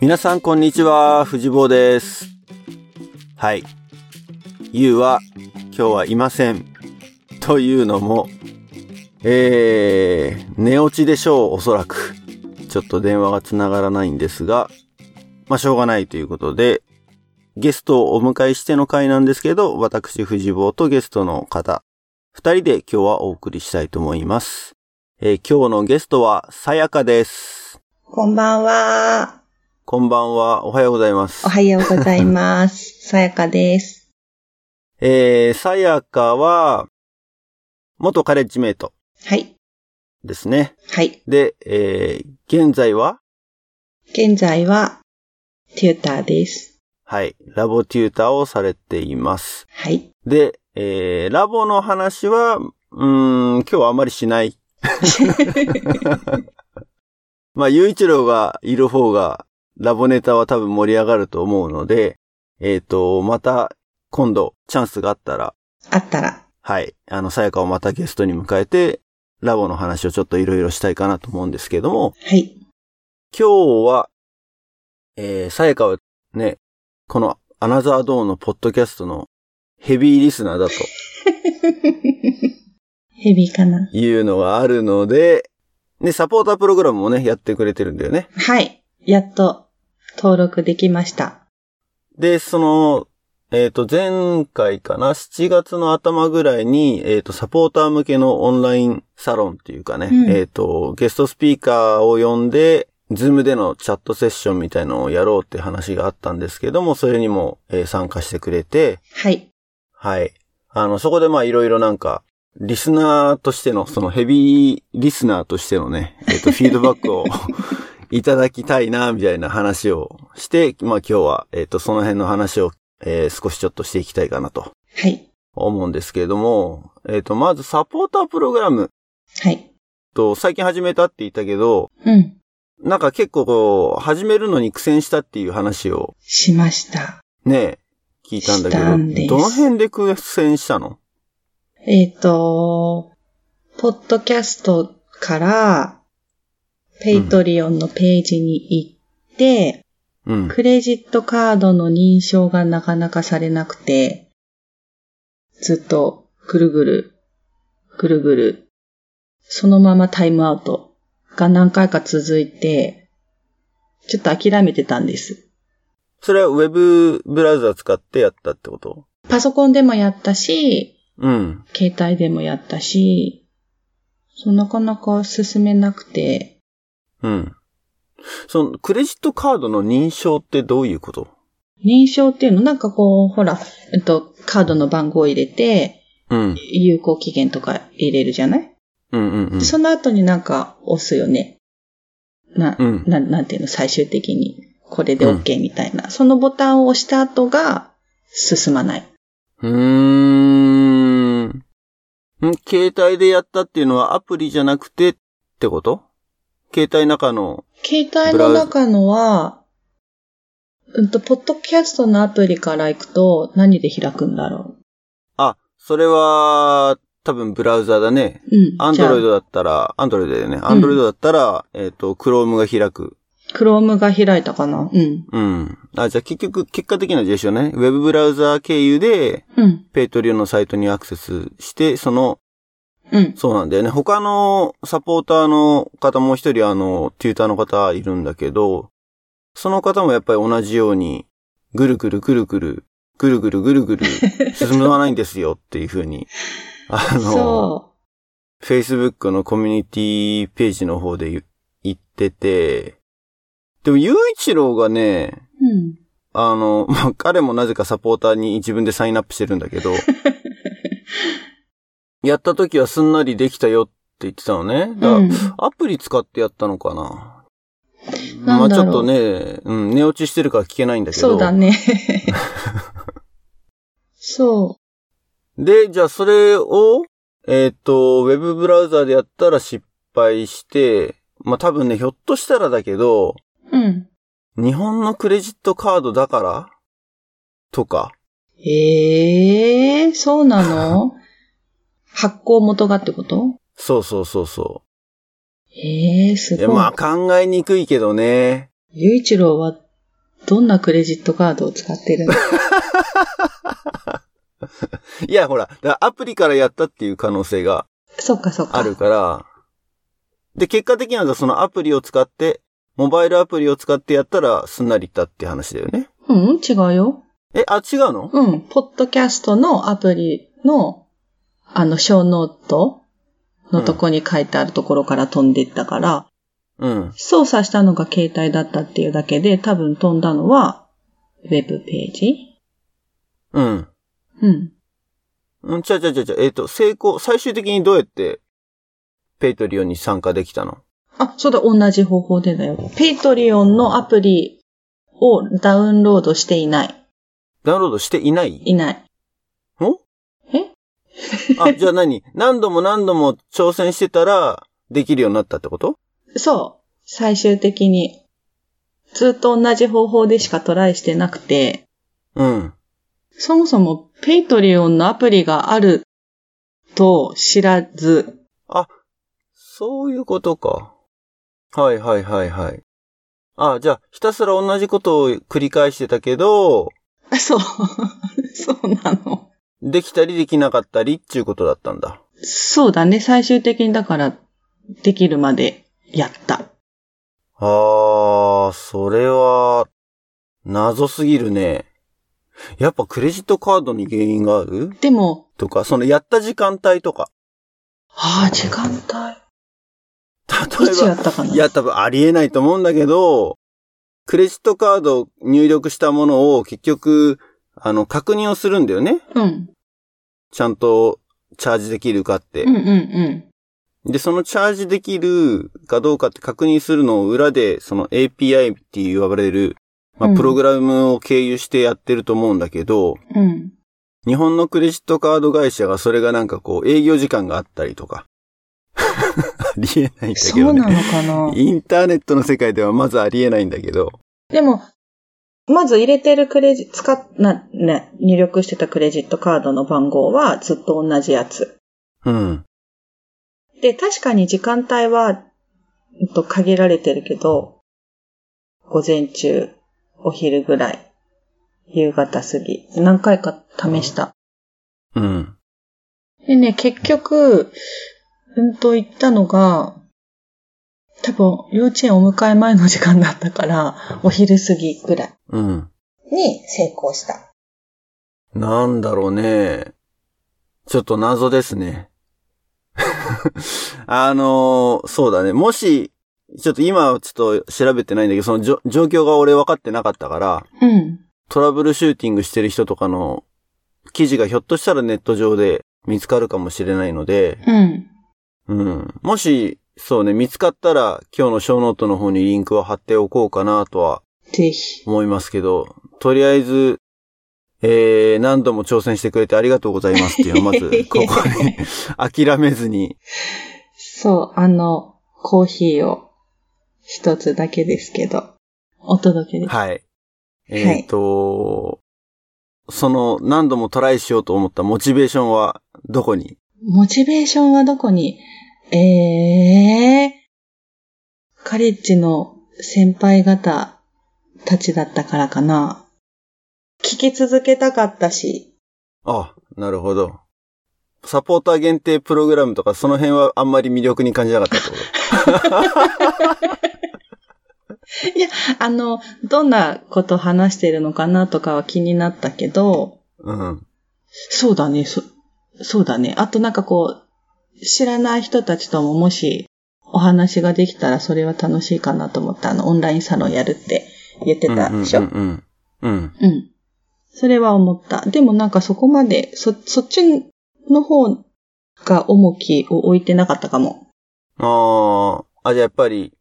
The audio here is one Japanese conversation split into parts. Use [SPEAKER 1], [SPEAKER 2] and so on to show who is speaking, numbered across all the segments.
[SPEAKER 1] 皆さんこんにちは、藤坊です。はい。ゆうは今日はいません。というのも、えー、寝落ちでしょう、おそらく。ちょっと電話が繋がらないんですが、まあ、しょうがないということで、ゲストをお迎えしての回なんですけど、私藤坊とゲストの方、二人で今日はお送りしたいと思います。えー今日のゲストは、さやかです。
[SPEAKER 2] こんばんは。
[SPEAKER 1] こんばんは、おはようございます
[SPEAKER 2] お。はようございます。さやかです。
[SPEAKER 1] えー、さやかは、元カレッジメイト
[SPEAKER 2] はい。
[SPEAKER 1] ですね。
[SPEAKER 2] はい。
[SPEAKER 1] で、えー、現在は、
[SPEAKER 2] 現在は、テューターです。
[SPEAKER 1] はい、ラボテューターをされています。
[SPEAKER 2] はい。
[SPEAKER 1] で、えー、ラボの話は、うーん、今日はあまりしない。 まあ、雄一郎がいる方が、ラボネタは多分盛り上がると思うので、えっ、と、また、今度、チャンスがあったら、
[SPEAKER 2] あったら、
[SPEAKER 1] はい。あの、さやかをまたゲストに迎えて、ラボの話をちょっといろいろしたいかなと思うんですけども、
[SPEAKER 2] はい。
[SPEAKER 1] 今日は、えー、さやかはね、このアナザードーンのポッドキャストのヘビーリスナーだと
[SPEAKER 2] ヘビーかな
[SPEAKER 1] いうのがあるので、で、サポータープログラムもね、やってくれてるんだよね。
[SPEAKER 2] はい。やっと、登録できました。
[SPEAKER 1] で、その、えっ、と、前回かな、7月の頭ぐらいに、えっ、と、サポーター向けのオンラインサロンっていうかね、
[SPEAKER 2] うん
[SPEAKER 1] えっ、と、ゲストスピーカーを呼んで、ズームでのチャットセッションみたいのをやろうって話があったんですけども、それにも、えー参加してくれて、
[SPEAKER 2] はい。
[SPEAKER 1] はい。あの、そこでまあいろいろなんか、リスナーとしての、そのヘビーリスナーとしてのね、えっ、 と、フィードバックを いただきたいな、みたいな話をして、まあ今日は、えっ、と、その辺の話を、えー少しちょっとしていきたいかなと
[SPEAKER 2] はい。
[SPEAKER 1] 思うんですけれども、えっ、と、まずサポータープログラム
[SPEAKER 2] はい。
[SPEAKER 1] と、最近始めたって言ったけど、
[SPEAKER 2] うん。
[SPEAKER 1] なんか結構こう、始めるのに苦戦したっていう話を
[SPEAKER 2] しました。
[SPEAKER 1] ね、聞いたんだけ
[SPEAKER 2] したんです
[SPEAKER 1] ど、どの辺で苦戦したの
[SPEAKER 2] えっ、と、ポッドキャストから、ペイトリオンのページに行って、
[SPEAKER 1] うん。
[SPEAKER 2] クレジットカードの認証がなかなかされなくて、ずっとぐるぐる、ぐるぐる、そのままタイムアウトが何回か続いて、ちょっと諦めてたんです。
[SPEAKER 1] それはウェブブラウザ使ってやったってこと
[SPEAKER 2] パソコンでもやったし、
[SPEAKER 1] うん。
[SPEAKER 2] 携帯でもやったし、そうなかなか進めなくて、
[SPEAKER 1] うん。その、クレジットカードの認証ってどういうこと
[SPEAKER 2] 認証っていうのなんかこう、ほら、えっと、カードの番号を入れて、
[SPEAKER 1] うん。
[SPEAKER 2] 有効期限とか入れるじゃない
[SPEAKER 1] うんうんうん。
[SPEAKER 2] その後になんか押すよね。な、
[SPEAKER 1] うん
[SPEAKER 2] ななんていうの、最終的に。これで
[SPEAKER 1] うん
[SPEAKER 2] OK みたいな。そのボタンを押した後が進まない。
[SPEAKER 1] うーん。ん携帯でやったっていうのはアプリじゃなくてってこと携帯の中の、
[SPEAKER 2] 携帯の中のは、うんと、ポッドキャストのアプリから行くと何で開くんだろ
[SPEAKER 1] あ、それは、多分ブラウザだね。
[SPEAKER 2] う。うん。
[SPEAKER 1] アンドロイ
[SPEAKER 2] じゃ
[SPEAKER 1] ドだったら、アンドロイドだよね。アンドロイドだったら、えっ、と、クロームが開く。
[SPEAKER 2] あ、クロームが開いたかなうん。
[SPEAKER 1] うん。あ、じゃあ結局、結果的なでしょうね。ウェブブラウザ経由で、
[SPEAKER 2] うん。
[SPEAKER 1] ペイトリオンのサイトにアクセスして、その、
[SPEAKER 2] うん。
[SPEAKER 1] そうなんだよね。他のサポーターの方もう一人、あの、テューターの方いるんだけど、その方もやっぱり同じように、ぐるぐるぐるぐる、ぐるぐるぐるぐる、進まないんですよっていう風に、あの、
[SPEAKER 2] そ
[SPEAKER 1] Facebook のコミュニティページの方で言言ってて、でも、ゆういちろうがね、
[SPEAKER 2] う。うん。
[SPEAKER 1] あの、 まあ、彼もなぜかサポーターに自分でサインアップしてるんだけ ど、やった時はすんなりできたよって言ってたのね。だから
[SPEAKER 2] うん。
[SPEAKER 1] アプリ使ってやったのかな。ま
[SPEAKER 2] な
[SPEAKER 1] あ
[SPEAKER 2] ん
[SPEAKER 1] ち
[SPEAKER 2] だろう
[SPEAKER 1] ょっとね、うん、寝落ちしてるから聞けないんだけど。
[SPEAKER 2] そうだね。 そ
[SPEAKER 1] で、じゃあそれを、えっ、と、ウェブブラウザでやったら失敗して、まあ、多分ね、ひょっとしたらだけど、
[SPEAKER 2] う。うん。
[SPEAKER 1] 日本のクレジットカードだからとか。
[SPEAKER 2] ええそうなの発行元がってこと
[SPEAKER 1] そうそうそうそう。
[SPEAKER 2] ええす
[SPEAKER 1] いや、
[SPEAKER 2] ごい。
[SPEAKER 1] まあ考えにくいけどね。
[SPEAKER 2] ゆういちろうはどんなクレジットカードを使っ てるの
[SPEAKER 1] いや、ほら、だからアプリからやったっていう可能性が
[SPEAKER 2] そっかそっか。
[SPEAKER 1] あるから、で、結果的にはそのアプリを使って、モバイルアプリを使ってやったらすんなりいったって話だよね。
[SPEAKER 2] うん、違うよ。
[SPEAKER 1] え、あ、違うの
[SPEAKER 2] うん、ポッドキャストのアプリの、あの、小ノートのとこに書いてあるところから飛んでいったから、
[SPEAKER 1] うん。
[SPEAKER 2] 操作したのが携帯だったっていうだけで、多分飛んだのは、ウェブページ
[SPEAKER 1] うん。
[SPEAKER 2] うん。
[SPEAKER 1] うん、ちゃうちゃうちゃうちゃう、えっ、と、成功、最終的にどうやって、ペイトリオンに参加できたの
[SPEAKER 2] あ、そうだ、同じ方法でだよ。ペイトリオンのアプリをダウンロードしていない。
[SPEAKER 1] ダウンロードしていない
[SPEAKER 2] いない。
[SPEAKER 1] お
[SPEAKER 2] え
[SPEAKER 1] あ、じゃあ何何度も何度も挑戦してたら、できるようになったってこと
[SPEAKER 2] そう。最終的に、ずっと同じ方法でしかトライしてなくて、
[SPEAKER 1] うん。
[SPEAKER 2] そもそもペイトリオンのアプリがあると知らず、
[SPEAKER 1] あ、そういうことか。はいはいはいはい。あ、じゃあ、ひたすら同じことを繰り返してたけど、
[SPEAKER 2] あそう、 そうなの。
[SPEAKER 1] できたりできなかったりっていうことだったんだ。
[SPEAKER 2] そうだね。最終的にだから、できるまでやった。
[SPEAKER 1] あー、それは、謎すぎるね。やっぱクレジットカードに原因がある
[SPEAKER 2] でも、
[SPEAKER 1] とか、そのやった時間帯とか。
[SPEAKER 2] ああ、時間帯。い
[SPEAKER 1] 例
[SPEAKER 2] つ
[SPEAKER 1] え
[SPEAKER 2] や
[SPEAKER 1] ば、
[SPEAKER 2] ったかない
[SPEAKER 1] や、多分ありえないと思うんだけど、クレジットカードを入力したものを結局、あの、確認をするんだよね。
[SPEAKER 2] うん。
[SPEAKER 1] ちゃんとチャージできるかって
[SPEAKER 2] うん。うんうん。
[SPEAKER 1] で、そのチャージできるかどうかって確認するのを裏で、その API って言われる、ま
[SPEAKER 2] う
[SPEAKER 1] あ、
[SPEAKER 2] ん
[SPEAKER 1] プログラムを経由してやってると思うんだけど、
[SPEAKER 2] うん。
[SPEAKER 1] 日本のクレジットカード会社がそれがなんかこう営業時間があったりとか。 ありえないんだ
[SPEAKER 2] そ
[SPEAKER 1] け
[SPEAKER 2] う
[SPEAKER 1] ど
[SPEAKER 2] な
[SPEAKER 1] ね。
[SPEAKER 2] のかな
[SPEAKER 1] インターネットの世界ではまずありえないんだけど。
[SPEAKER 2] でも、まず入れてるクレジ、使っ、な、ね、入力してたクレジットカードの番号はずっと同じやつ。
[SPEAKER 1] うん。
[SPEAKER 2] で、確かに時間帯は、うんと限られてるけど、午前中、お昼ぐらい、夕方過ぎ、何回か試した。
[SPEAKER 1] うん。
[SPEAKER 2] でね、結局、うんと言ったのが、多分、幼稚園お迎え前の時間だったから、お昼過ぎぐらい
[SPEAKER 1] うん。
[SPEAKER 2] に成功した。
[SPEAKER 1] なんだろうね。ちょっと謎ですね。 あのーそうだね。もし、ちょっと今はちょっと調べてないんだけど、そのじょ状況が俺分かってなかったから、
[SPEAKER 2] うん。
[SPEAKER 1] トラブルシューティングしてる人とかの記事がひょっとしたらネット上で見つかるかもしれないので、
[SPEAKER 2] うん。
[SPEAKER 1] うん。もし、そうね、見つかったら今日のショーノートの方にリンクは貼っておこうかなとは
[SPEAKER 2] ぜひ。
[SPEAKER 1] 思いますけど、とりあえず、えー、何度も挑戦してくれてありがとうございますっていうのをまず、ここに 諦めずに。
[SPEAKER 2] そう、あの、コーヒーを一つだけですけど、お届けです。
[SPEAKER 1] はい。えっ、と、その何度もトライしようと思ったモチベーションはどこに
[SPEAKER 2] モチベーションはどこにええカレッジの先輩方たちだったからかな。聞き続けたかったし。
[SPEAKER 1] あ、なるほど。サポーター限定プログラムとかその辺はあんまり魅力に感じなかったってこと
[SPEAKER 2] いや、あの、どんなこと話してるのかなとかは気になったけど、
[SPEAKER 1] うん。
[SPEAKER 2] そうだね、そ、そうだね。あとなんかこう、知らない人たちとももしお話ができたらそれは楽しいかなと思った。あの、オンラインサロンやるって言ってたでしょ、
[SPEAKER 1] うんうんうん、うん。
[SPEAKER 2] うん。それは思った。でもなんかそこまで、そ、そっちの方が重きを置いてなかったかも。
[SPEAKER 1] ああ、あ、じゃあやっぱり、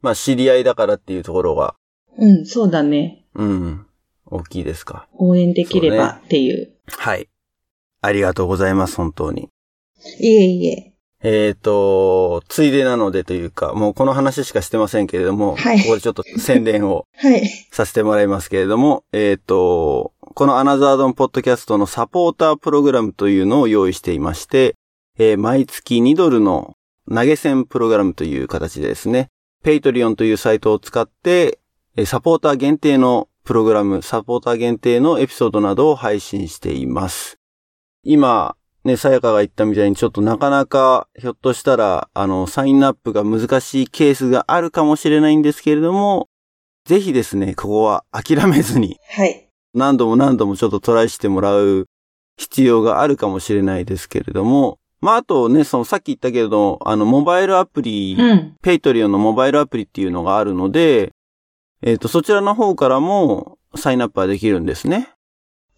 [SPEAKER 1] まあ知り合いだからっていうところが、
[SPEAKER 2] うん、そうだね。
[SPEAKER 1] うん、大きいですか。
[SPEAKER 2] 応援できれ
[SPEAKER 1] そう
[SPEAKER 2] ば
[SPEAKER 1] ね
[SPEAKER 2] っていう。
[SPEAKER 1] はい。ありがとうございます、本当に。
[SPEAKER 2] いえいえ。
[SPEAKER 1] えっ、と、ついでなのでというか、もうこの話しかしてませんけれども、
[SPEAKER 2] はい
[SPEAKER 1] ここでちょっと宣伝を
[SPEAKER 2] はい。
[SPEAKER 1] させてもらいますけれども、えっ、と、このアナザードンポッドキャストのサポータープログラムというのを用意していまして、えー毎月2ドルの投げ銭プログラムという形でですね、ペイトリオンというサイトを使って、えーサポーター限定のプログラム、サポーター限定のエピソードなどを配信しています。今、ね、さやかが言ったみたいにちょっとなかなか、ひょっとしたら、あの、サインアップが難しいケースがあるかもしれないんですけれども、ぜひですね、ここは諦めずに、
[SPEAKER 2] はい。
[SPEAKER 1] 何度も何度もちょっとトライしてもらう必要があるかもしれないですけれども、まあ、あとね、そのさっき言ったけれど、あの、モバイルアプリ、
[SPEAKER 2] うん。
[SPEAKER 1] ペイトリオンのモバイルアプリっていうのがあるので、えっ、と、そちらの方からもサインアップはできるんですね。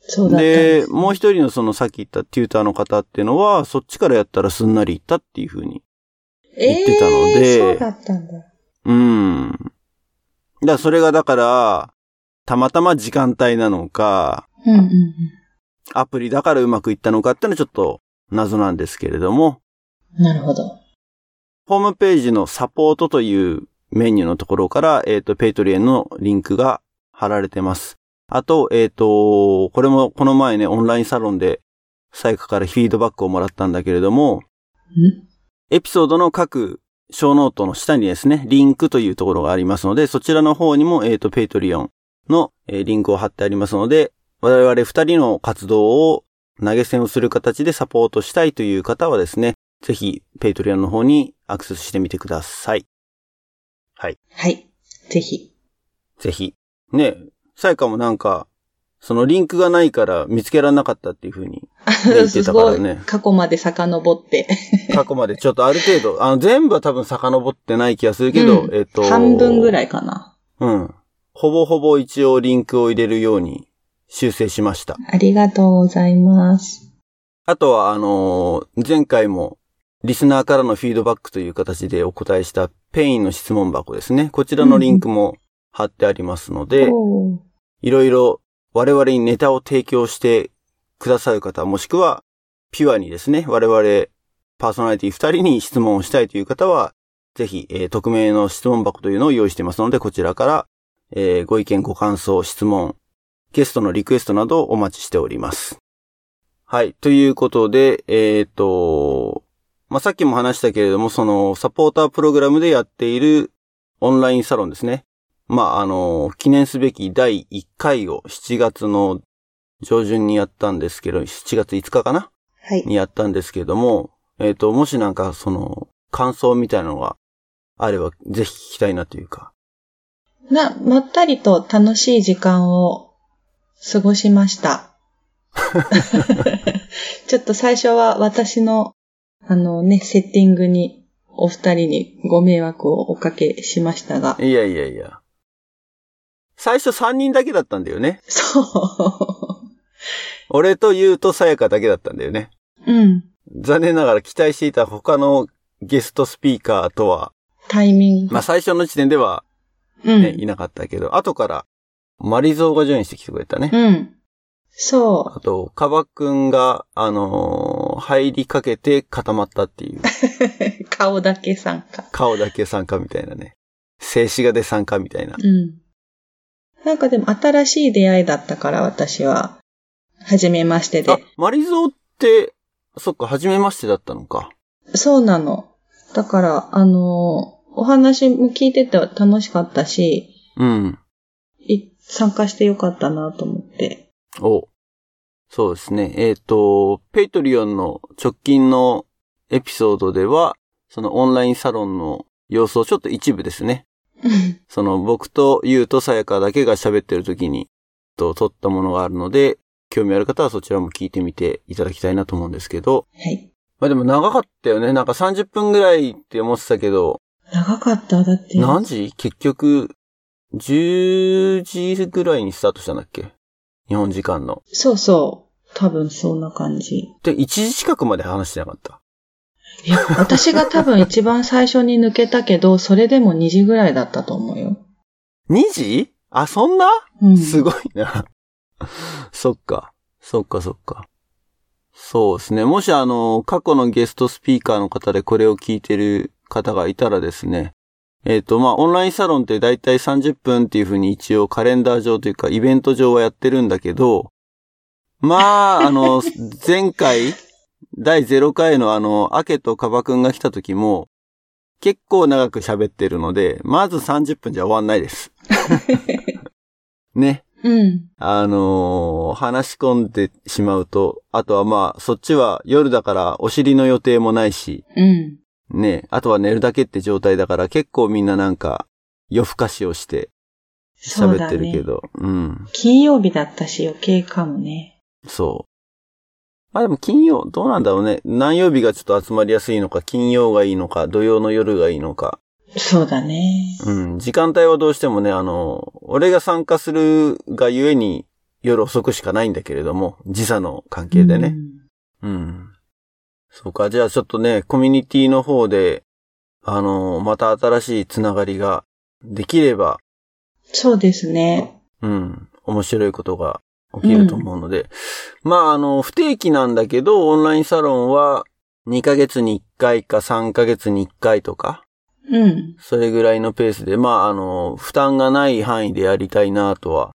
[SPEAKER 2] そうだったん
[SPEAKER 1] で、
[SPEAKER 2] す
[SPEAKER 1] もう一人のそのさっき言ったテューターの方っていうのは、そっちからやったらすんなりいったっていうふうに。言ってたので
[SPEAKER 2] えーそうだったんだ。
[SPEAKER 1] うん。だからそれがだから、たまたま時間帯なのか、
[SPEAKER 2] うんうんうん。
[SPEAKER 1] アプリだからうまくいったのかっていうのはちょっと謎なんですけれども、
[SPEAKER 2] なるほど。
[SPEAKER 1] ホームページのサポートというメニューのところから、えっ、と、ペイトリエンのリンクが貼られてます。あと、えっ、と、これもこの前ね、オンラインサロンで、サイカからフィードバックをもらったんだけれども、
[SPEAKER 2] ん
[SPEAKER 1] エピソードの各小ノートの下にですね、リンクというところがありますので、そちらの方にも、えっ、と、ペイトリオンの、えーリンクを貼ってありますので、我々二人の活動を投げ銭をする形でサポートしたいという方はですね、ぜひ、ペイトリオンの方にアクセスしてみてください。
[SPEAKER 2] はい。ぜひ。
[SPEAKER 1] ぜひ。ねえ、さやかもなんか、そのリンクがないから見つけられなかったっていう風に、
[SPEAKER 2] あ
[SPEAKER 1] 言って
[SPEAKER 2] す
[SPEAKER 1] たから
[SPEAKER 2] ごい
[SPEAKER 1] ね。
[SPEAKER 2] 過去まで遡って。
[SPEAKER 1] 過去までちょっとある程度、あの、全部は多分遡ってない気がするけど、
[SPEAKER 2] うん
[SPEAKER 1] えっと、
[SPEAKER 2] 半分ぐら
[SPEAKER 1] い。
[SPEAKER 2] いかな。
[SPEAKER 1] うん。ほぼほぼ一応リンクを入れるように修正しました。
[SPEAKER 2] ありがとうございます。
[SPEAKER 1] あとは、あのー前回も、リスナーからのフィードバックという形でお答えしたペインの質問箱ですね。こちらのリンクも貼ってありますので、
[SPEAKER 2] おー
[SPEAKER 1] いろいろ我々にネタを提供してくださる方、もしくは、ピュアにですね、我々パーソナリティ二人に質問をしたいという方は、ぜひ、えー匿名の質問箱というのを用意していますので、こちらから、えーご意見、ご感想、質問、ゲストのリクエストなどをお待ちしております。はい。ということで、えっ、と、まあ、さっきも話したけれども、その、サポータープログラムでやっているオンラインサロンですね。まあ、あの、記念すべき第1回を7月の上旬にやったんですけど、7月5日かな
[SPEAKER 2] はい。
[SPEAKER 1] にやったんですけども、えっ、と、もしなんかその、感想みたいなのがあれば、ぜひ聞きたいなというか。
[SPEAKER 2] な、まったりと楽しい時間を過ごし ました。ちょっと最初は私の、あのね、セッティングにお二人にご迷惑をおかけしましたが。
[SPEAKER 1] いやいやいや。最初3人だけだったんだよね。
[SPEAKER 2] そ
[SPEAKER 1] 俺とゆうとさやかだけだったんだよね。
[SPEAKER 2] う。うん。
[SPEAKER 1] 残念ながら期待していた他のゲストスピーカーとは、
[SPEAKER 2] タイミング。
[SPEAKER 1] まあ最初の時点では
[SPEAKER 2] う
[SPEAKER 1] ね、い
[SPEAKER 2] ん。
[SPEAKER 1] なかったけど、後からマリゾーがジョインしてきてくれたね。
[SPEAKER 2] うん。そ
[SPEAKER 1] あと、カバくんが、あのー入りかけて固まったっていう、
[SPEAKER 2] う。 顔だけ参加。
[SPEAKER 1] 顔だけ参加みたいなね。静止画で参加みたいな。
[SPEAKER 2] うん。なんかでも新しい出会いだったから私は、初めまして
[SPEAKER 1] あ
[SPEAKER 2] で。、
[SPEAKER 1] マリゾーって、そっか、初めましてだったのか。
[SPEAKER 2] そうなの。だから、あのーお話も聞いてて楽しかったし、
[SPEAKER 1] うん。
[SPEAKER 2] い参加してよかったなと思って。
[SPEAKER 1] お。そうですね。えっ、と、ペイトリオンの直近のエピソードでは、そのオンラインサロンの様子をちょっと一部ですね。その僕とゆうとさやかだけが喋ってる時に、と撮ったものがあるので、興味ある方はそちらも聞いてみていただきたいなと思うんですけど。
[SPEAKER 2] はい。
[SPEAKER 1] まあでも長かったよね。なんか30分ぐらいって思ってたけど、
[SPEAKER 2] 長かった。だって。
[SPEAKER 1] 何時結局、10時ぐらいにスタートしたんだっけ日本時間の。
[SPEAKER 2] そうそう。多分そんな感じ。
[SPEAKER 1] で、1時近くまで話してなかった。
[SPEAKER 2] いや、私が多分一番最初に抜けたけど、それでも2時ぐらいだったと思うよ。
[SPEAKER 1] 2時あ、そんな
[SPEAKER 2] うん。
[SPEAKER 1] すごいな。 そっか。そっかそっか。そうですね。もしあの、過去のゲストスピーカーの方でこれを聞いてる方がいたらですね。えっ、と、まあ、オンラインサロンってだいたい30分っていうふうに一応カレンダー上というかイベント上はやってるんだけど、まあ、あ の、前回、第0回のあの、アケとカバくんが来た時も、結構長く喋ってるので、まず30分じゃ終わんないです。ね。
[SPEAKER 2] うん。
[SPEAKER 1] あのー話し込んでしまうと、あとはまあ、そっちは夜だからお尻の予定もないし、
[SPEAKER 2] うん。
[SPEAKER 1] ね、あとは寝るだけって状態だから結構みんななんか夜更かしをして
[SPEAKER 2] そう
[SPEAKER 1] 喋っ
[SPEAKER 2] だ
[SPEAKER 1] てるけ
[SPEAKER 2] ね。
[SPEAKER 1] ど、うん。
[SPEAKER 2] 金曜日だったし余計かもね。
[SPEAKER 1] そう。まあでも金曜、どうなんだろうね。何曜日がちょっと集まりやすいのか、金曜がいいのか、土曜の夜がいいのか。
[SPEAKER 2] そうだね。
[SPEAKER 1] うん。時間帯はどうしてもね、あの、俺が参加するがゆえに夜遅くしかないんだけれども、時差の関係でね。うん。そうか。じゃあちょっとね、コミュニティの方で、あの、また新しいつながりができれば、
[SPEAKER 2] そうですね。
[SPEAKER 1] うん、面白いことが起きると思うので。まあ、あの、不定期なんだけど、オンラインサロンは2ヶ月に1回か3ヶ月に1回とか、
[SPEAKER 2] うん。
[SPEAKER 1] それぐらいのペースで、まあ、あの、負担がない範囲でやりたいなとは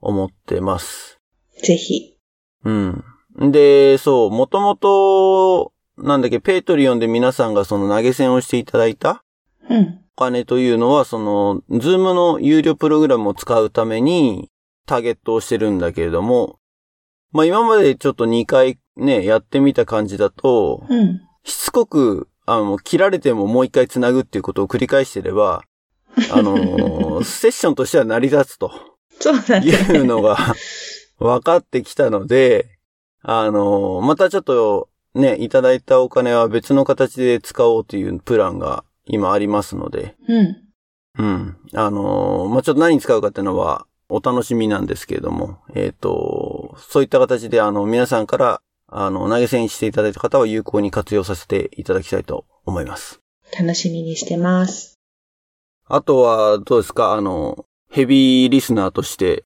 [SPEAKER 1] 思ってます。
[SPEAKER 2] ぜひ。
[SPEAKER 1] うん。で、そう、もともと、なんだっけ、ペイトリオンで皆さんがその投げ銭をしていただいた
[SPEAKER 2] うん。
[SPEAKER 1] お金というのは、その、ズームの有料プログラムを使うために、ターゲットをしてるんだけれども、まあ今までちょっと2回ね、やってみた感じだと、
[SPEAKER 2] うん。
[SPEAKER 1] しつこく、あの、切られてももう一回繋ぐっていうことを繰り返してれば、あの セッションとしては成り立つと
[SPEAKER 2] そうだね。
[SPEAKER 1] いうのが分かってきたので、あのまたちょっとね、いただいたお金は別の形で使おうというプランが今ありますので、
[SPEAKER 2] うん。
[SPEAKER 1] うん。あのーまあ、ちょっと何に使うかっていうのはお楽しみなんですけれども、えっ、と、そういった形であの、皆さんから、あの、投げ銭していただいた方は有効に活用させていただきたいと思います。
[SPEAKER 2] 楽しみにしてます。
[SPEAKER 1] あとは、どうですかあの、ヘビーリスナーとして、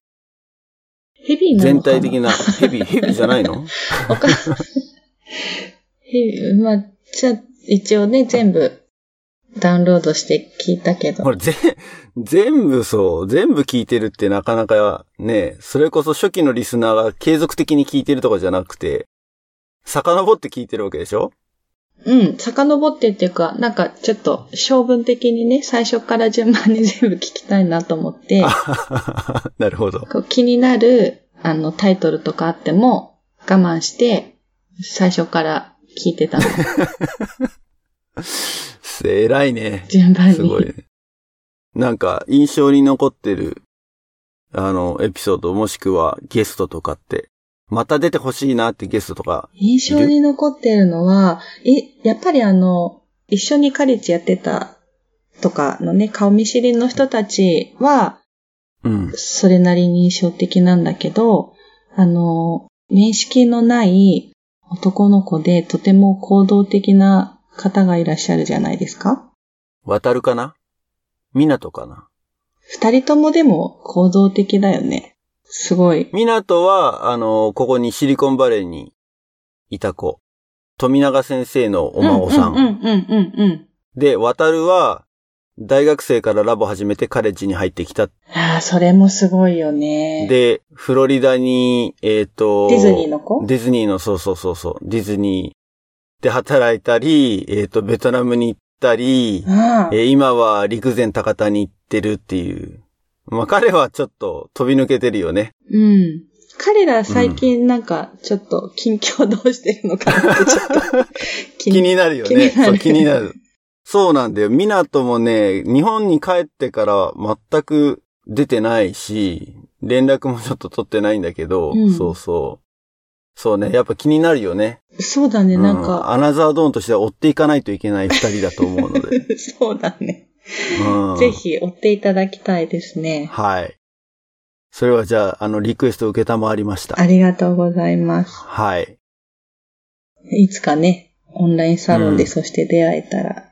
[SPEAKER 2] ヘビーな
[SPEAKER 1] 全
[SPEAKER 2] のかな
[SPEAKER 1] 体的な、ヘビー、ヘビーじゃないの
[SPEAKER 2] わかんヘビー、まあ、じゃあ、一応ね、全部ダウンロードして聞いたけど
[SPEAKER 1] こ。れ、ぜ、 全部そう、全部聞いてるってなかなかね、それこそ初期のリスナーが継続的に聞いてるとかじゃなくて、遡って聞いてるわけでしょ
[SPEAKER 2] うん、遡ってっていうか、なんかちょっと、性分的にね、最初から順番に全部聞きたいなと思って、
[SPEAKER 1] あ なるほど。
[SPEAKER 2] こう気になる、あの、タイトルとかあっても、我慢して、最初から聞いて たの。
[SPEAKER 1] 偉いね。
[SPEAKER 2] 順番に。
[SPEAKER 1] すごいね。なんか、印象に残ってる、あの、エピソード、もしくはゲストとかって、また出てほしいなってゲストとか、
[SPEAKER 2] 印象に残ってるのは、い、やっぱりあの、一緒にカレッジやってたとかのね、顔見知りの人たちは、
[SPEAKER 1] うん。
[SPEAKER 2] それなりに印象的なんだけど、あの、面識のない男の子でとても行動的な方がいらっしゃるじゃないですか
[SPEAKER 1] 渡るかな港かな
[SPEAKER 2] 二人ともでも行動的だよね。すごい。
[SPEAKER 1] 港は、あの、ここにシリコンバレーにいた子。富永先生のお孫さん。
[SPEAKER 2] うんうんうんうんうん。
[SPEAKER 1] で、渡るは、大学生からラボ始めてカレッジに入ってきた
[SPEAKER 2] ああ、それもすごいよね。
[SPEAKER 1] で、フロリダに、えっ、と、
[SPEAKER 2] ディズニーの子
[SPEAKER 1] ディズニーの、そうそうそうそう、ディズニーで働いたり、えっ、と、ベトナムに行ったり、
[SPEAKER 2] ああ
[SPEAKER 1] えー今は陸前高田に行ってるっていう。まあ、彼はちょっと飛び抜けてるよね。
[SPEAKER 2] うん。彼ら最近なんか、ちょっと近況どうしてるのかなって、ちょっと 気
[SPEAKER 1] 気になるよね。
[SPEAKER 2] 気にな
[SPEAKER 1] そ
[SPEAKER 2] る
[SPEAKER 1] う、気になる。そうなんだよ。ミナトもね、日本に帰ってから全く出てないし、連絡もちょっと取ってないんだけど、
[SPEAKER 2] うん
[SPEAKER 1] そうそう。そうね、やっぱ気になるよね。
[SPEAKER 2] そうだね、
[SPEAKER 1] うん
[SPEAKER 2] なんか、
[SPEAKER 1] アナザードーンとしては追っていかないといけない二人だと思うの で。
[SPEAKER 2] そうだね。
[SPEAKER 1] うん、
[SPEAKER 2] ぜ。ひ追っていただきたいですね。
[SPEAKER 1] はい。それはじゃあ、あの、リクエストを受けたまわりました
[SPEAKER 2] あ。りがとうございます。
[SPEAKER 1] はい。
[SPEAKER 2] いつかね、オンラインサロン
[SPEAKER 1] うん
[SPEAKER 2] でそして出会えたら。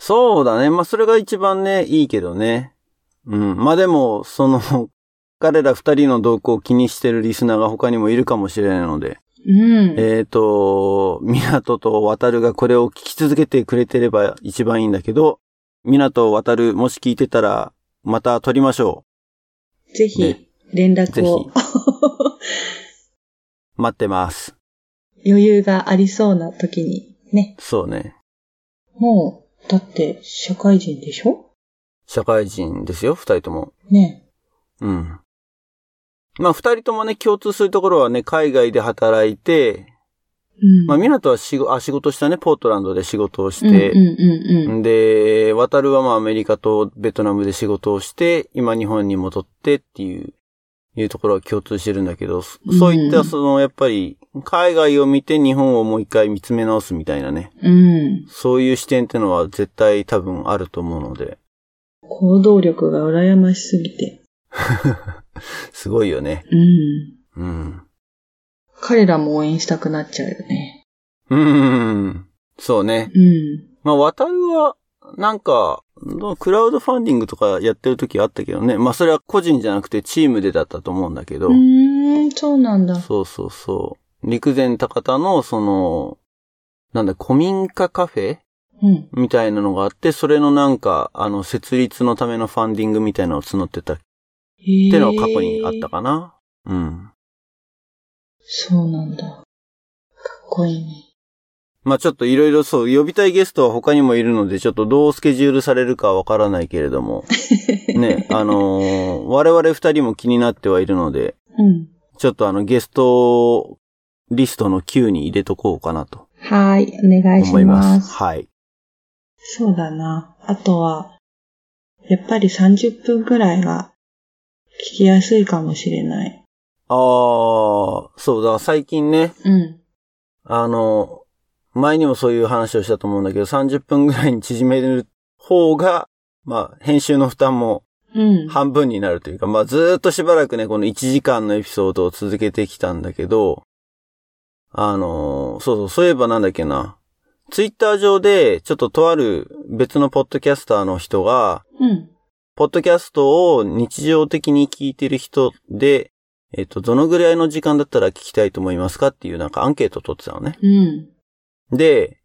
[SPEAKER 1] そうだね。まあ、それが一番ね、いいけどね。うん。まあ、でも、その、 彼ら二人の動向を気にしてるリスナーが他にもいるかもしれないので、
[SPEAKER 2] うん。
[SPEAKER 1] えっ、ー、と、港と渡るがこれを聞き続けてくれてれば一番いいんだけど、港渡るもし聞いてたら、また撮りましょ
[SPEAKER 2] ぜ
[SPEAKER 1] ね
[SPEAKER 2] ひ、連絡を。
[SPEAKER 1] う。待ってます。
[SPEAKER 2] 余裕がありそうな時に。ね。
[SPEAKER 1] そうね。
[SPEAKER 2] もう、だって、社会人でしょ
[SPEAKER 1] 社会人ですよ、二人とも。
[SPEAKER 2] ね。
[SPEAKER 1] うん。まあ、二人ともね、共通するところはね、海外で働いて、
[SPEAKER 2] うん。
[SPEAKER 1] まあ、
[SPEAKER 2] ん
[SPEAKER 1] ミナトはしごあ仕事したね、ポートランドで仕事をして、
[SPEAKER 2] うんうんうんうん。
[SPEAKER 1] で、渡るはまあアメリカとベトナムで仕事をして、今日本に戻ってっていう、いうところは共通してるんだけど、そそういっ
[SPEAKER 2] う
[SPEAKER 1] た
[SPEAKER 2] ん
[SPEAKER 1] そのやっぱり海外を見て日本をもう一回見つめ直すみたいなね、
[SPEAKER 2] うん。
[SPEAKER 1] そういう視点ってのは絶対多分あると思うので、
[SPEAKER 2] 行動力が羨ましすぎて。
[SPEAKER 1] すごいよね。
[SPEAKER 2] うん。
[SPEAKER 1] うん。
[SPEAKER 2] 彼らも応援したくなっちゃうよね。
[SPEAKER 1] うん。そうね。
[SPEAKER 2] うん。
[SPEAKER 1] まあ渡るは、なんか、どうクラウドファンディングとかやってる時あったけどね。まあそれは個人じゃなくてチームでだったと思うんだけど。
[SPEAKER 2] うーん、そうなんだ。
[SPEAKER 1] そうそうそう。陸前高田の、その、なんだ、古民家カフェ
[SPEAKER 2] うん。
[SPEAKER 1] みたいなのがあって、それのなんか、あの、設立のためのファンディングみたいなのを募ってたって
[SPEAKER 2] へ
[SPEAKER 1] いうのは過去にあったかな。うん。
[SPEAKER 2] そうなんだ。かっこいいね。
[SPEAKER 1] まあちょっといろいろそう、呼びたいゲストは他にもいるので、ちょっとどうスケジュールされるかわからないけれども、ね、あのー我々二人も気になってはいるので、
[SPEAKER 2] うん。
[SPEAKER 1] ちょっとあの、ゲストリストの Q に入れとこうかなと
[SPEAKER 2] はい、お願いし
[SPEAKER 1] 思い
[SPEAKER 2] ま。
[SPEAKER 1] ますすはい。
[SPEAKER 2] そうだな。あとは、やっぱり30分くらいが聞きやすいかもしれない。
[SPEAKER 1] ああ、そうだ、最近ね、
[SPEAKER 2] うん。
[SPEAKER 1] あの、前にもそういう話をしたと思うんだけど、30分ぐらいに縮める方が、まあ、編集の負担も
[SPEAKER 2] うん。
[SPEAKER 1] 半分になるというか、まあ、ずーっとしばらくね、この1時間のエピソードを続けてきたんだけど、あの、そうそう、そういえばなんだっけな、ツイッター上で、ちょっととある別のポッドキャスターの人が、
[SPEAKER 2] うん。
[SPEAKER 1] ポッドキャストを日常的に聞いてる人で、えっと、どのぐらいの時間だったら聞きたいと思いますかっていうなんかアンケートを取ってたのね。
[SPEAKER 2] うん。
[SPEAKER 1] で、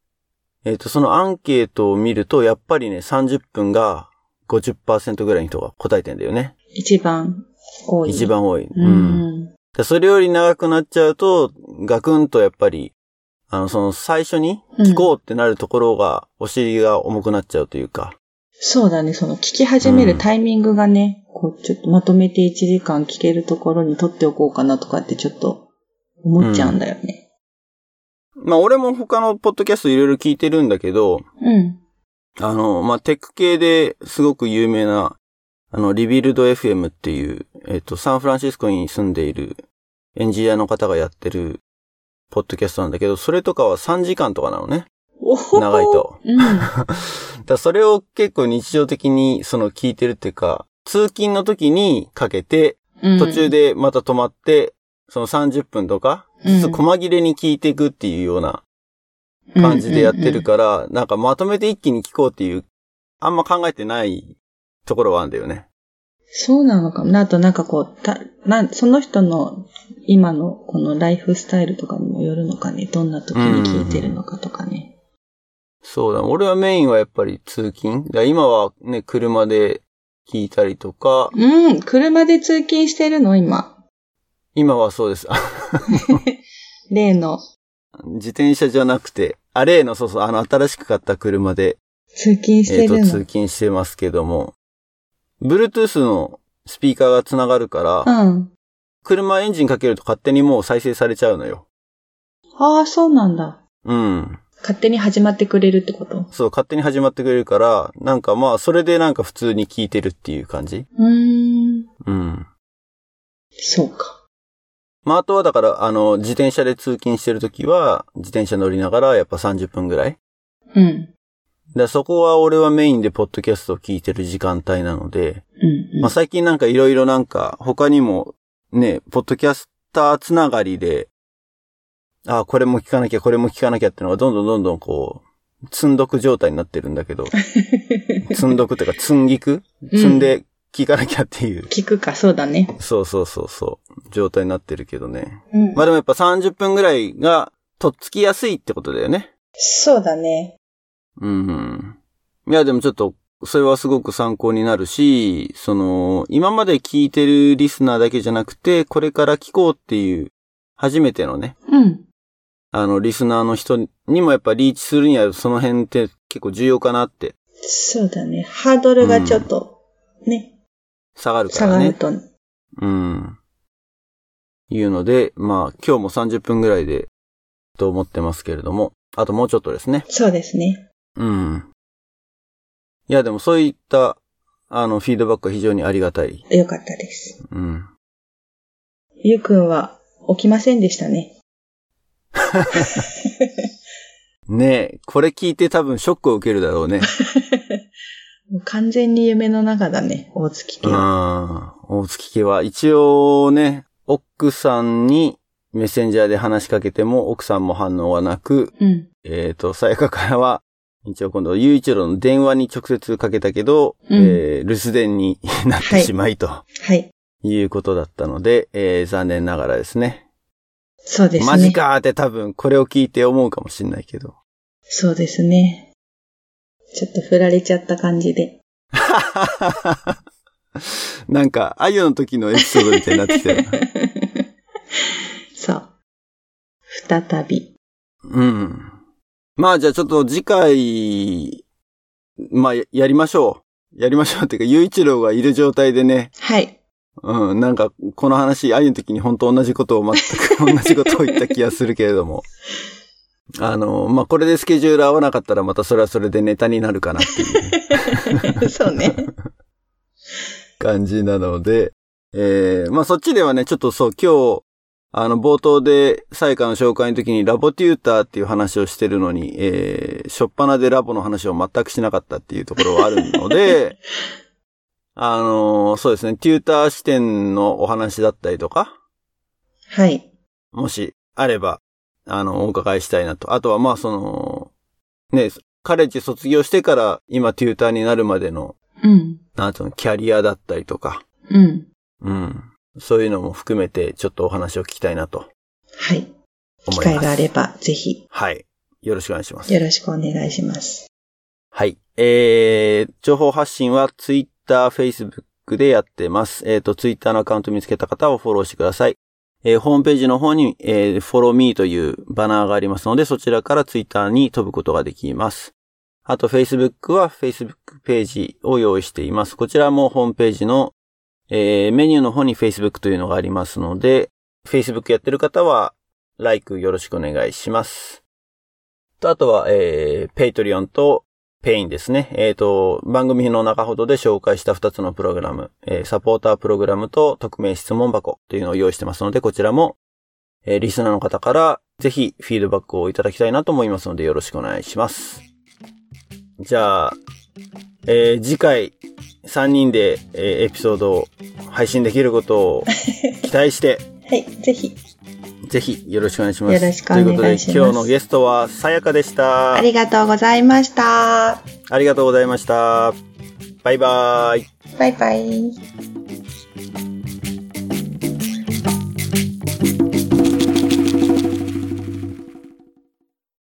[SPEAKER 1] えっと、そのアンケートを見ると、やっぱりね、30分が50%ぐらいの人が答えてんだよね。
[SPEAKER 2] 一番多い。
[SPEAKER 1] 一。番多い。
[SPEAKER 2] う
[SPEAKER 1] うん
[SPEAKER 2] ん。
[SPEAKER 1] でそれより長くなっちゃうと、ガクンとやっぱり、あの、その最初に聞こうってなるところが、お尻が重くなっちゃうというか。
[SPEAKER 2] そうだね、その聞き始めるタイミングがね、こうちょっとまとめて1時間聞けるところに取っておこうかなとかってちょっと思っちゃうんだよね。
[SPEAKER 1] まあ、俺も他のポッドキャストいろいろ聞いてるんだけど、
[SPEAKER 2] うん。
[SPEAKER 1] あの、まあ、テック系ですごく有名な、あの、リビルド FM っていう、えっと、サンフランシスコに住んでいるエンジニアの方がやってる、ポッドキャストなんだけど、それとかは3時間とかなのね。
[SPEAKER 2] おほほ
[SPEAKER 1] 長いと。
[SPEAKER 2] う ん。
[SPEAKER 1] だからそれを結構日常的に、その、聞いてるっていうか、通勤の時にかけて、
[SPEAKER 2] うん
[SPEAKER 1] 途中。でまた止まって、その30分とか、
[SPEAKER 2] うん
[SPEAKER 1] 細切れに聞いていくっていうような感じでやってるから、なんかまとめて一気に聞こうっていう、あんま考えてないところはあるんだよね。
[SPEAKER 2] そうなのかもな。あとなんかこう、たなその人の今のこのライフスタイルとかにもよるのかね。どんな時に聞いてるのかとかね。
[SPEAKER 1] そうだ、俺はメインはやっぱり通勤。だから今はね、車で聞いたりとか、
[SPEAKER 2] うん、車で通勤してるの今。
[SPEAKER 1] 今はそうです。あ
[SPEAKER 2] 例の
[SPEAKER 1] 自転車じゃなくて、あれの、そうそう、あの、新しく買った車で、
[SPEAKER 2] 通勤し
[SPEAKER 1] え
[SPEAKER 2] て
[SPEAKER 1] っ、と、
[SPEAKER 2] る
[SPEAKER 1] 通
[SPEAKER 2] の。
[SPEAKER 1] 勤してますけども、Bluetooth のスピーカーがつながるから、
[SPEAKER 2] うん。
[SPEAKER 1] 車エンジンかけると勝手にもう再生されちゃうのよ。
[SPEAKER 2] ああ、そうなんだ。
[SPEAKER 1] うん。
[SPEAKER 2] 勝手に始まってくれるってこと
[SPEAKER 1] そう、勝手に始まってくれるから、なんかまあ、それでなんか普通に聞いてるっていう感じ
[SPEAKER 2] うーん。
[SPEAKER 1] うん。
[SPEAKER 2] そうか。
[SPEAKER 1] まあ、あとはだから、あの、自転車で通勤してるときは、自転車乗りながら、やっぱ30分ぐらい。
[SPEAKER 2] うん。うん
[SPEAKER 1] で、そこは俺はメインでポッドキャストを聞いてる時間帯なので、
[SPEAKER 2] うん。
[SPEAKER 1] まあ、最近なんかいろいろなんか、他にも、ね、ポッドキャスターつながりで、ああ、これも聞かなきゃ、これも聞かなきゃってのが、どんどんどんどんこう、積んどく状態になってるんだけど、積んどくっていうか、積んぎく 積んで聞かなきゃっていう。
[SPEAKER 2] 聞くか、そうだね。
[SPEAKER 1] そうそうそうそう。状態になってるけどね。
[SPEAKER 2] うん
[SPEAKER 1] まあでもやっぱ30分ぐらいが、とっつきやすいってことだよね。
[SPEAKER 2] そうだね。
[SPEAKER 1] うんうん。いやでもちょっと、それはすごく参考になるし、その、今まで聞いてるリスナーだけじゃなくて、これから聞こうっていう、初めてのね、
[SPEAKER 2] うん。
[SPEAKER 1] あの、リスナーの人にもやっぱリーチするには、その辺って結構重要かなって、
[SPEAKER 2] そうだね。ハードルがちょっと、ね、
[SPEAKER 1] 下がるか
[SPEAKER 2] 下
[SPEAKER 1] ら
[SPEAKER 2] が
[SPEAKER 1] ね。
[SPEAKER 2] ると、
[SPEAKER 1] うん。いうので、まあ今日も30分ぐらいでと思ってますけれども、あともうちょっとですね。
[SPEAKER 2] そうですね。
[SPEAKER 1] うん。いやでもそういった、あの、フィードバックは非常にありがたい。
[SPEAKER 2] よかったです。
[SPEAKER 1] うん。
[SPEAKER 2] ゆうくんは起きませんでし たね。
[SPEAKER 1] ねえ、これ聞いて多分ショックを受けるだろう ね。
[SPEAKER 2] もう完全に夢の中だね、大月
[SPEAKER 1] う
[SPEAKER 2] 家。
[SPEAKER 1] ん。大月家は一応ね、奥さんにメッセンジャーで話しかけても奥さんも反応はなく、
[SPEAKER 2] うん。
[SPEAKER 1] えっ、と、さやかからは、一応今度、ゆういちろの電話に直接かけたけど、
[SPEAKER 2] うん
[SPEAKER 1] えー留守電に なってしまいと
[SPEAKER 2] はい。
[SPEAKER 1] いうことだったので、えー残念ながらですね。
[SPEAKER 2] そうですね。
[SPEAKER 1] マジかーって多分これを聞いて思うかもしんないけど。
[SPEAKER 2] そうですね。ちょっと振られちゃった感じで。
[SPEAKER 1] なんか、あゆの時のエピソードみたいになってきたよな
[SPEAKER 2] そう。再び。
[SPEAKER 1] うん。まあじゃあちょっと次回、まあややりましょう。やりましょうっていうか、ゆういちろうがいる状態でね、
[SPEAKER 2] はい。
[SPEAKER 1] うん、なんか、この話、あゆの時に本当同じことを、全く 同じことを言った気がするけれども。あの、まあ、これでスケジュール合わなかったらまたそれはそれでネタになるかなっていうね
[SPEAKER 2] そうね。
[SPEAKER 1] 感じなので、えー、まあ、そっちではね、ちょっとそう、今日、あの、冒頭で、サイカの紹介の時にラボテューターっていう話をしてるのに、えー、しょっぱなでラボの話を全くしなかったっていうところはあるので、あのそうですね、テューター視点のお話だったりとか、
[SPEAKER 2] はい。
[SPEAKER 1] もしあれば、あの、お伺いしたいなと。あとは、まあ、その、ね、カレッジ卒業してから今テューターになるまでの、
[SPEAKER 2] うん。
[SPEAKER 1] なんつうの、キャリアだったりとか、
[SPEAKER 2] うん。
[SPEAKER 1] うん。そういうのも含めて、ちょっとお話を聞きたいなと
[SPEAKER 2] はい。
[SPEAKER 1] 思い
[SPEAKER 2] 機
[SPEAKER 1] ます。
[SPEAKER 2] 会があれば、ぜひ、
[SPEAKER 1] はい。よろしくお願いします。
[SPEAKER 2] よろしくお願いします。
[SPEAKER 1] はい。えー、情報発信は Twitter、Facebook でやってます。えっ、と、Twitter のアカウント見つけた方をフォローしてください。えーホームページの方に、えー、follow me というバナーがありますので、そちらから Twitter に飛ぶことができます。あと、Facebook は Facebook ページを用意しています。こちらもホームページの、えーメニューの方に Facebook というのがありますので、Facebook やってる方は、like よろしくお願いします。と、あとは、えー、Patreon とペインですね。えっ、と、番組の中ほどで紹介した2つのプログラム、えーサポータープログラムと匿名質問箱というのを用意してますので、こちらも、えーリスナーの方からぜひフィードバックをいただきたいなと思いますので、よろしくお願いします。じゃあ、えー次回3人で、えーエピソードを配信できることを期待して、
[SPEAKER 2] はい。ぜひ、
[SPEAKER 1] ぜひよろしくお願いします。
[SPEAKER 2] よろしくお願
[SPEAKER 1] とい
[SPEAKER 2] いします
[SPEAKER 1] うことで、今日のゲストはさやかでした。
[SPEAKER 2] ありがとうございました。
[SPEAKER 1] ありがとうございました。バイバイ。
[SPEAKER 2] バイバイ。